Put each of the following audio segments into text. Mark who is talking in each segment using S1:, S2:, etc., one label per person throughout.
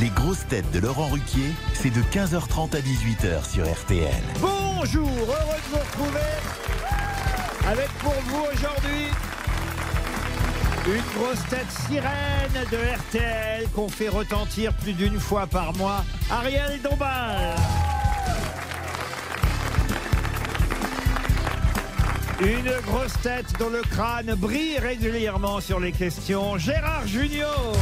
S1: Les grosses têtes de Laurent Ruquier, c'est de 15h30 à 18h sur RTL.
S2: Bonjour, heureux de vous retrouver avec pour vous aujourd'hui une grosse tête sirène de RTL qu'on fait retentir plus d'une fois par mois, Ariel Dombal. Une grosse tête dont le crâne brille régulièrement sur les questions, Gérard Junior.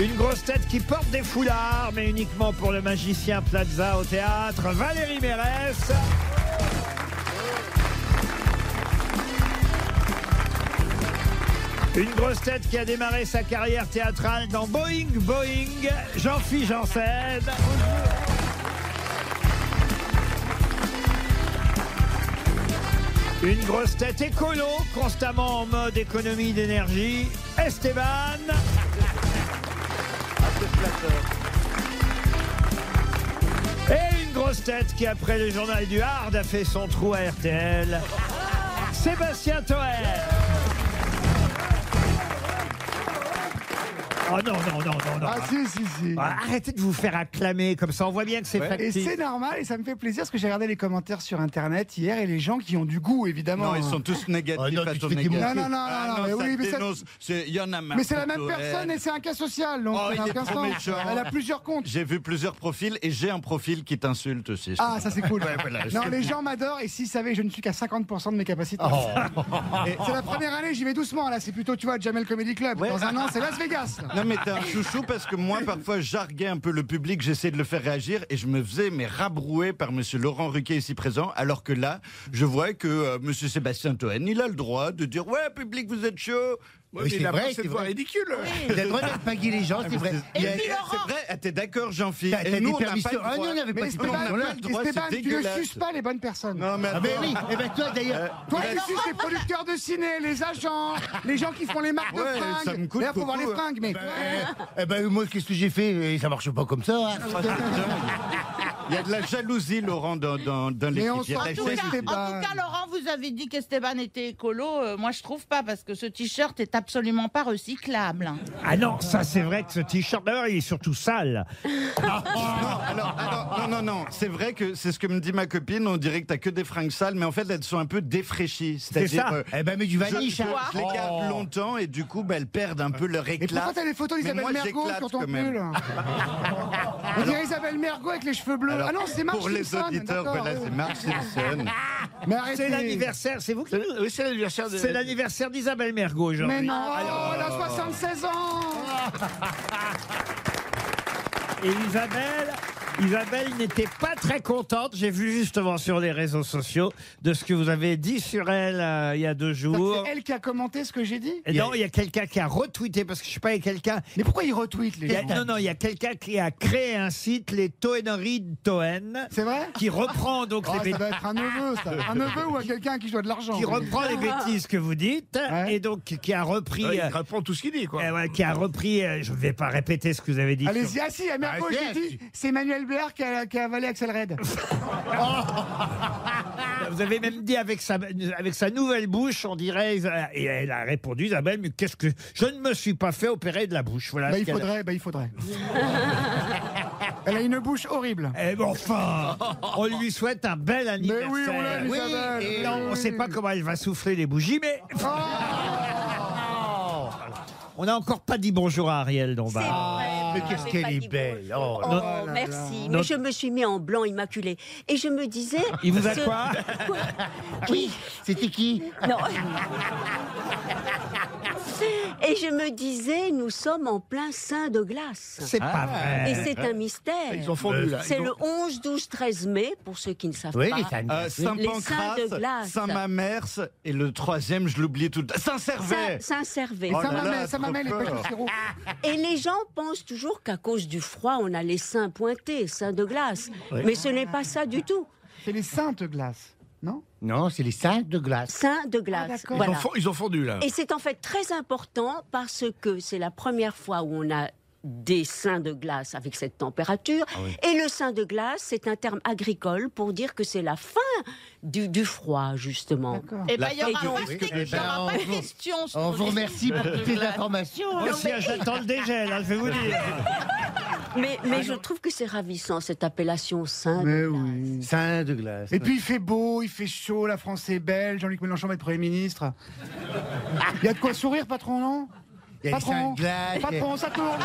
S2: Une grosse tête qui porte des foulards, mais uniquement pour le magicien Plaza au théâtre, Valérie Mérès. Une grosse tête qui a démarré sa carrière théâtrale dans Boeing Boeing, Jean-Philippe Janssen. Une grosse tête écolo, constamment en mode économie d'énergie, Esteban. Et une grosse tête qui, après le journal du Hard, a fait son trou à RTL, Sébastien Toer. Oh non, non, non, non, non.
S3: Ah si, si, si.
S2: Ah, Arrêtez de vous faire acclamer comme ça, on voit bien que c'est
S3: Et
S2: factice.
S3: c'est normal, et ça me fait plaisir parce que j'ai regardé les commentaires sur internet hier et les gens qui ont du goût, évidemment.
S4: Non, ils sont tous négatifs.
S5: Oh non, tu
S4: à
S5: te
S4: ton
S5: fais
S4: égard.
S5: démonter.
S3: Ah, Non, non, non,
S4: Ah
S3: non, mais
S4: ça
S3: oui, mais ça-
S4: dénonce. C'est- Il y en a marre.
S3: Mais c'est la même
S4: Tourelle.
S3: personne et c'est un cas social, donc
S4: Oh,
S3: ça
S4: il
S3: n'a
S4: est
S3: aucun
S4: trop
S3: sens.
S4: méchant.
S3: Elle a plusieurs comptes.
S4: J'ai vu plusieurs profils et j'ai un profil qui t'insulte aussi.
S3: Ah, ça c'est cool.
S4: Ouais, voilà,
S3: non,
S4: c'est-
S3: les gens m'adorent et s'ils savaient, je ne suis qu'à 50% de mes capacités.
S4: Oh.
S3: Et C'est la première année, j'y vais doucement. Là, c'est plutôt, tu vois, Jamel Comedy Club. Dans un an, c'est Las Vegas. là.
S4: Non mais t'es un chouchou parce que moi parfois j'arguais un peu le public, j'essayais de le faire réagir et je me faisais mais rabrouer par Monsieur Laurent Ruquier ici présent alors que là je vois que euh, Monsieur Sébastien Toen il a le droit de dire ouais public vous êtes chaud.
S5: Oui, c'est vrai, c'est vrai.
S4: ridicule.
S5: Vous avez le droit d'être pagui les gens, c'est vrai.
S4: Et
S5: Il y a-
S4: c'est vrai, ah, t'es d'accord Jean-Philippe
S5: T'as- t'as des
S4: on n'a pas le
S5: permissions. Ah,
S4: droit.
S5: nous, on n'avait
S3: Mais
S5: pas de
S3: Esteban,
S4: permission.
S5: permission-là.
S4: le droit, c'est
S3: Esteban, tu ne
S4: dégueulasse.
S3: suces pas les bonnes personnes.
S4: Non mais
S5: Ah ben
S4: attends.
S5: oui, et ben toi d'ailleurs,
S3: Toi, tu suces les producteurs de ciné, les agents, les gens qui font les marques de
S4: Ouais, ça me
S3: fringues.
S4: coûte
S3: D'ailleurs, faut voir les
S4: beaucoup, hein.
S3: fringues, mais.
S5: eh ben moi qu'est-ce que j'ai fait Eh, Ça marche pas comme ça. hein.
S4: Il y a de la jalousie, Laurent, dans, dans, dans l'équipe.
S3: on
S4: Il y a
S3: s'en
S4: de la
S6: En tout,
S3: Ouais,
S4: jalousie.
S6: cas,
S3: c'était pas-
S6: en tout cas, Laurent, vous avez dit qu'Esteban était écolo. Euh, moi, je trouve pas parce que ce t-shirt est absolument pas recyclable. hein.
S2: Ah non, ça c'est vrai que ce t-shirt, d'ailleurs, il est surtout sale.
S4: Non, alors, alors, non, non, non. C'est vrai que c'est ce que me dit ma copine. On dirait que t'as que des fringues sales, mais en fait, elles sont un peu défraîchies. C'est-à-dire,
S2: ça.
S4: euh,
S5: Eh ben mais du
S4: je,
S5: vanille. Oh.
S4: je- je les garde longtemps et du coup, bah, elles perdent un peu leur
S3: Et pourquoi
S4: éclat.
S3: t'as les photos
S4: Mais
S3: d'Isabelle
S4: moi,
S3: Mergo
S4: j'éclate
S3: sur ton
S4: quand même.
S3: pull On dirait Isabelle Mergo avec les cheveux bleus.
S4: Alors,
S3: ah non, c'est Marc
S4: Pour les
S3: Simpson,
S4: auditeurs,
S3: d'accord,
S4: voilà,
S3: oui.
S4: c'est Marc
S5: Ah,
S4: Simpson.
S3: Mais arrêtez.
S2: C'est l'anniversaire, c'est vous qui...
S5: Oui, c'est l'anniversaire
S2: C'est l'anniversaire d'Isabelle Mergo aujourd'hui.
S3: Mais non, oh, elle a 76 ans
S2: Et Isabelle, Isabelle n'était pas très contente, j'ai vu justement sur les réseaux sociaux, de ce que vous avez dit sur elle euh, il y a deux jours.
S3: C'est elle qui a commenté ce que j'ai dit
S2: Et non, il y a quelqu'un qui a retweeté, parce que je sais pas, il y a quelqu'un...
S3: Mais pourquoi ils retweetent les
S2: il y a-
S3: gens
S2: Non, non, il y a quelqu'un qui a créé un site, les Toenorides Toen,
S3: C'est vrai
S2: qui reprend donc
S3: Oh,
S2: les bêtises.
S3: Ça doit être un neveu, ça. Un neveu ou à quelqu'un à qui je dois de l'argent.
S2: qui reprend les bêtises que vous dites
S3: Ouais.
S2: et donc qui a repris, euh,
S5: reprend tout ce qu'il dit quoi.
S2: euh, ouais, qui a repris. euh, je ne vais pas répéter ce que vous avez dit. sur-
S3: Allez-y, ah si, à Mergo,
S5: Ah,
S3: j'ai
S5: si,
S3: dit, c'est Manuel Blair qui a, qui a avalé Axel Red.
S2: Vous avez même dit avec sa avec sa nouvelle bouche, on dirait. Isa- Et elle a répondu Isabelle, mais qu'est-ce que je ne me suis pas fait opérer de la bouche. Voilà.
S3: Bah,
S2: ce
S3: il
S2: qu'elle a-
S3: faudrait, bah, il faudrait. Elle a une bouche horrible.
S2: Eh ben enfin, on lui souhaite un bel
S3: Mais
S2: anniversaire.
S3: oui, on l'aime,
S2: Oui,
S3: Isabelle. Oh.
S2: et
S3: mais
S2: non, on ne
S3: oui.
S2: sait pas comment elle va souffler les bougies, mais on n'a encore pas dit bonjour à Ariel Dombal.
S7: Bah,
S5: Mais qu'est-ce
S7: j'avais
S5: qu'elle
S7: pas
S5: est
S7: dit
S5: belle. Oh,
S7: Oh,
S2: Notre-
S7: merci. Mais
S2: Notre-
S7: je me suis mis en blanc immaculé. Et je me disais.
S2: Il vous a
S7: ce-
S2: quoi
S7: Qui
S5: C'était qui
S7: Non. Et je me disais, nous sommes en plein sein de glace.
S3: Ah,
S2: C'est pas vrai.
S7: Et c'est un mystère.
S5: Ils ont fondu là.
S7: C'est le 11, 12, 13 mai, pour ceux qui ne savent
S5: Oui,
S7: pas.
S5: les tannes.
S4: Euh,
S7: Les seins de
S4: Saint-Pancras,
S7: glace.
S4: Saint-Mamers et le troisième, je l'oublie tout. le temps, Saint-Servais.
S7: Saint- Saint-Gervais.
S4: Oh
S3: Ça
S4: là
S3: m'amène,
S4: là,
S3: ça
S4: trop
S3: m'amène les
S4: fort.
S3: pêches au sirop.
S7: Et les gens pensent toujours qu'à cause du froid, on a les seins pointés, seins de glace. Mais ce n'est pas ça du tout.
S3: C'est les saintes glaces, non
S5: Non, c'est les seins de glace.
S7: Seins de glace.
S3: d'accord.
S7: voilà.
S5: Ils ont fondu là.
S7: Et c'est en fait très important parce que c'est la première fois où on a des seins de glace avec cette température. Et le sein de glace, c'est un terme agricole pour dire que c'est la fin du, du froid, justement.
S6: Et ben,
S4: La
S6: il n'y aura
S7: fin du
S6: pas
S7: risque.
S6: de que-
S5: Eh
S6: il y aura
S5: ben,
S6: pas
S5: on
S6: de
S5: vous-
S6: question Oh, sur
S5: On vous
S6: les-
S5: remercie pour toutes les informations. hein.
S2: Merci, ah, j'attends le dégel, hein, je vais vous dire.
S7: Mais, mais je trouve que c'est ravissant, cette appellation sein de
S3: Mais
S7: glace.
S3: oui.
S5: Sein de glace.
S3: Et puis il fait beau, il fait chaud, la France est belle, Jean-Luc Mélenchon va être Premier ministre. Il y a de quoi sourire, patron, non
S5: Il y a les seins
S3: Patron,
S5: de glace.
S3: patron, ça tourne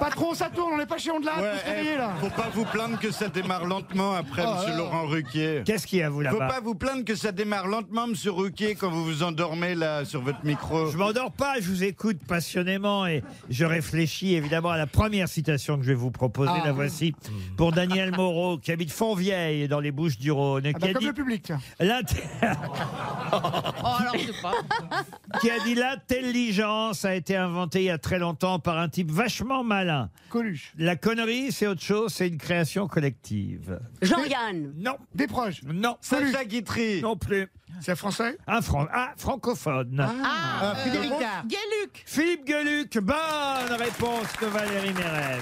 S3: Patron, ça tourne, on n'est pas chez Ondelat,
S4: Ouais,
S3: on se réveiller là Ah
S4: eh, faut pas vous plaindre que ça démarre lentement après,
S5: Oh,
S4: monsieur Laurent Ruquier.
S2: Qu'est-ce qu'il y a, vous,
S4: Faut
S2: là-bas
S4: pas vous plaindre que ça démarre lentement, monsieur Ruquier, quand vous vous endormez là sur votre micro.
S2: Je m'endors pas, je vous écoute passionnément et je réfléchis évidemment à la première citation que je vais vous proposer.
S3: Ah.
S2: La voici pour Daniel Moreau, qui habite Fontvieille dans les Bouches du Rhône, et
S3: Ah
S2: qui,
S3: bah,
S2: a
S3: Comme
S2: dit,
S3: le public, tiens.
S2: l'inté-
S6: Oh, alors, je sais pas.
S2: qui a dit l'intelligence a été inventée il y a très longtemps par un type vachement malin.
S3: Coluche.
S2: La connerie, c'est autre chose, c'est une création collective.
S7: Jean-Yann,
S2: Non,
S3: Des proches.
S2: non,
S4: Sacha Guitry.
S2: non plus.
S3: C'est français
S2: Un, Fran- un francophone.
S6: Ah, euh,
S5: Frédéric Dard.
S6: Gueluc.
S2: Philippe Gueluc, bonne réponse de Valérie Mérès.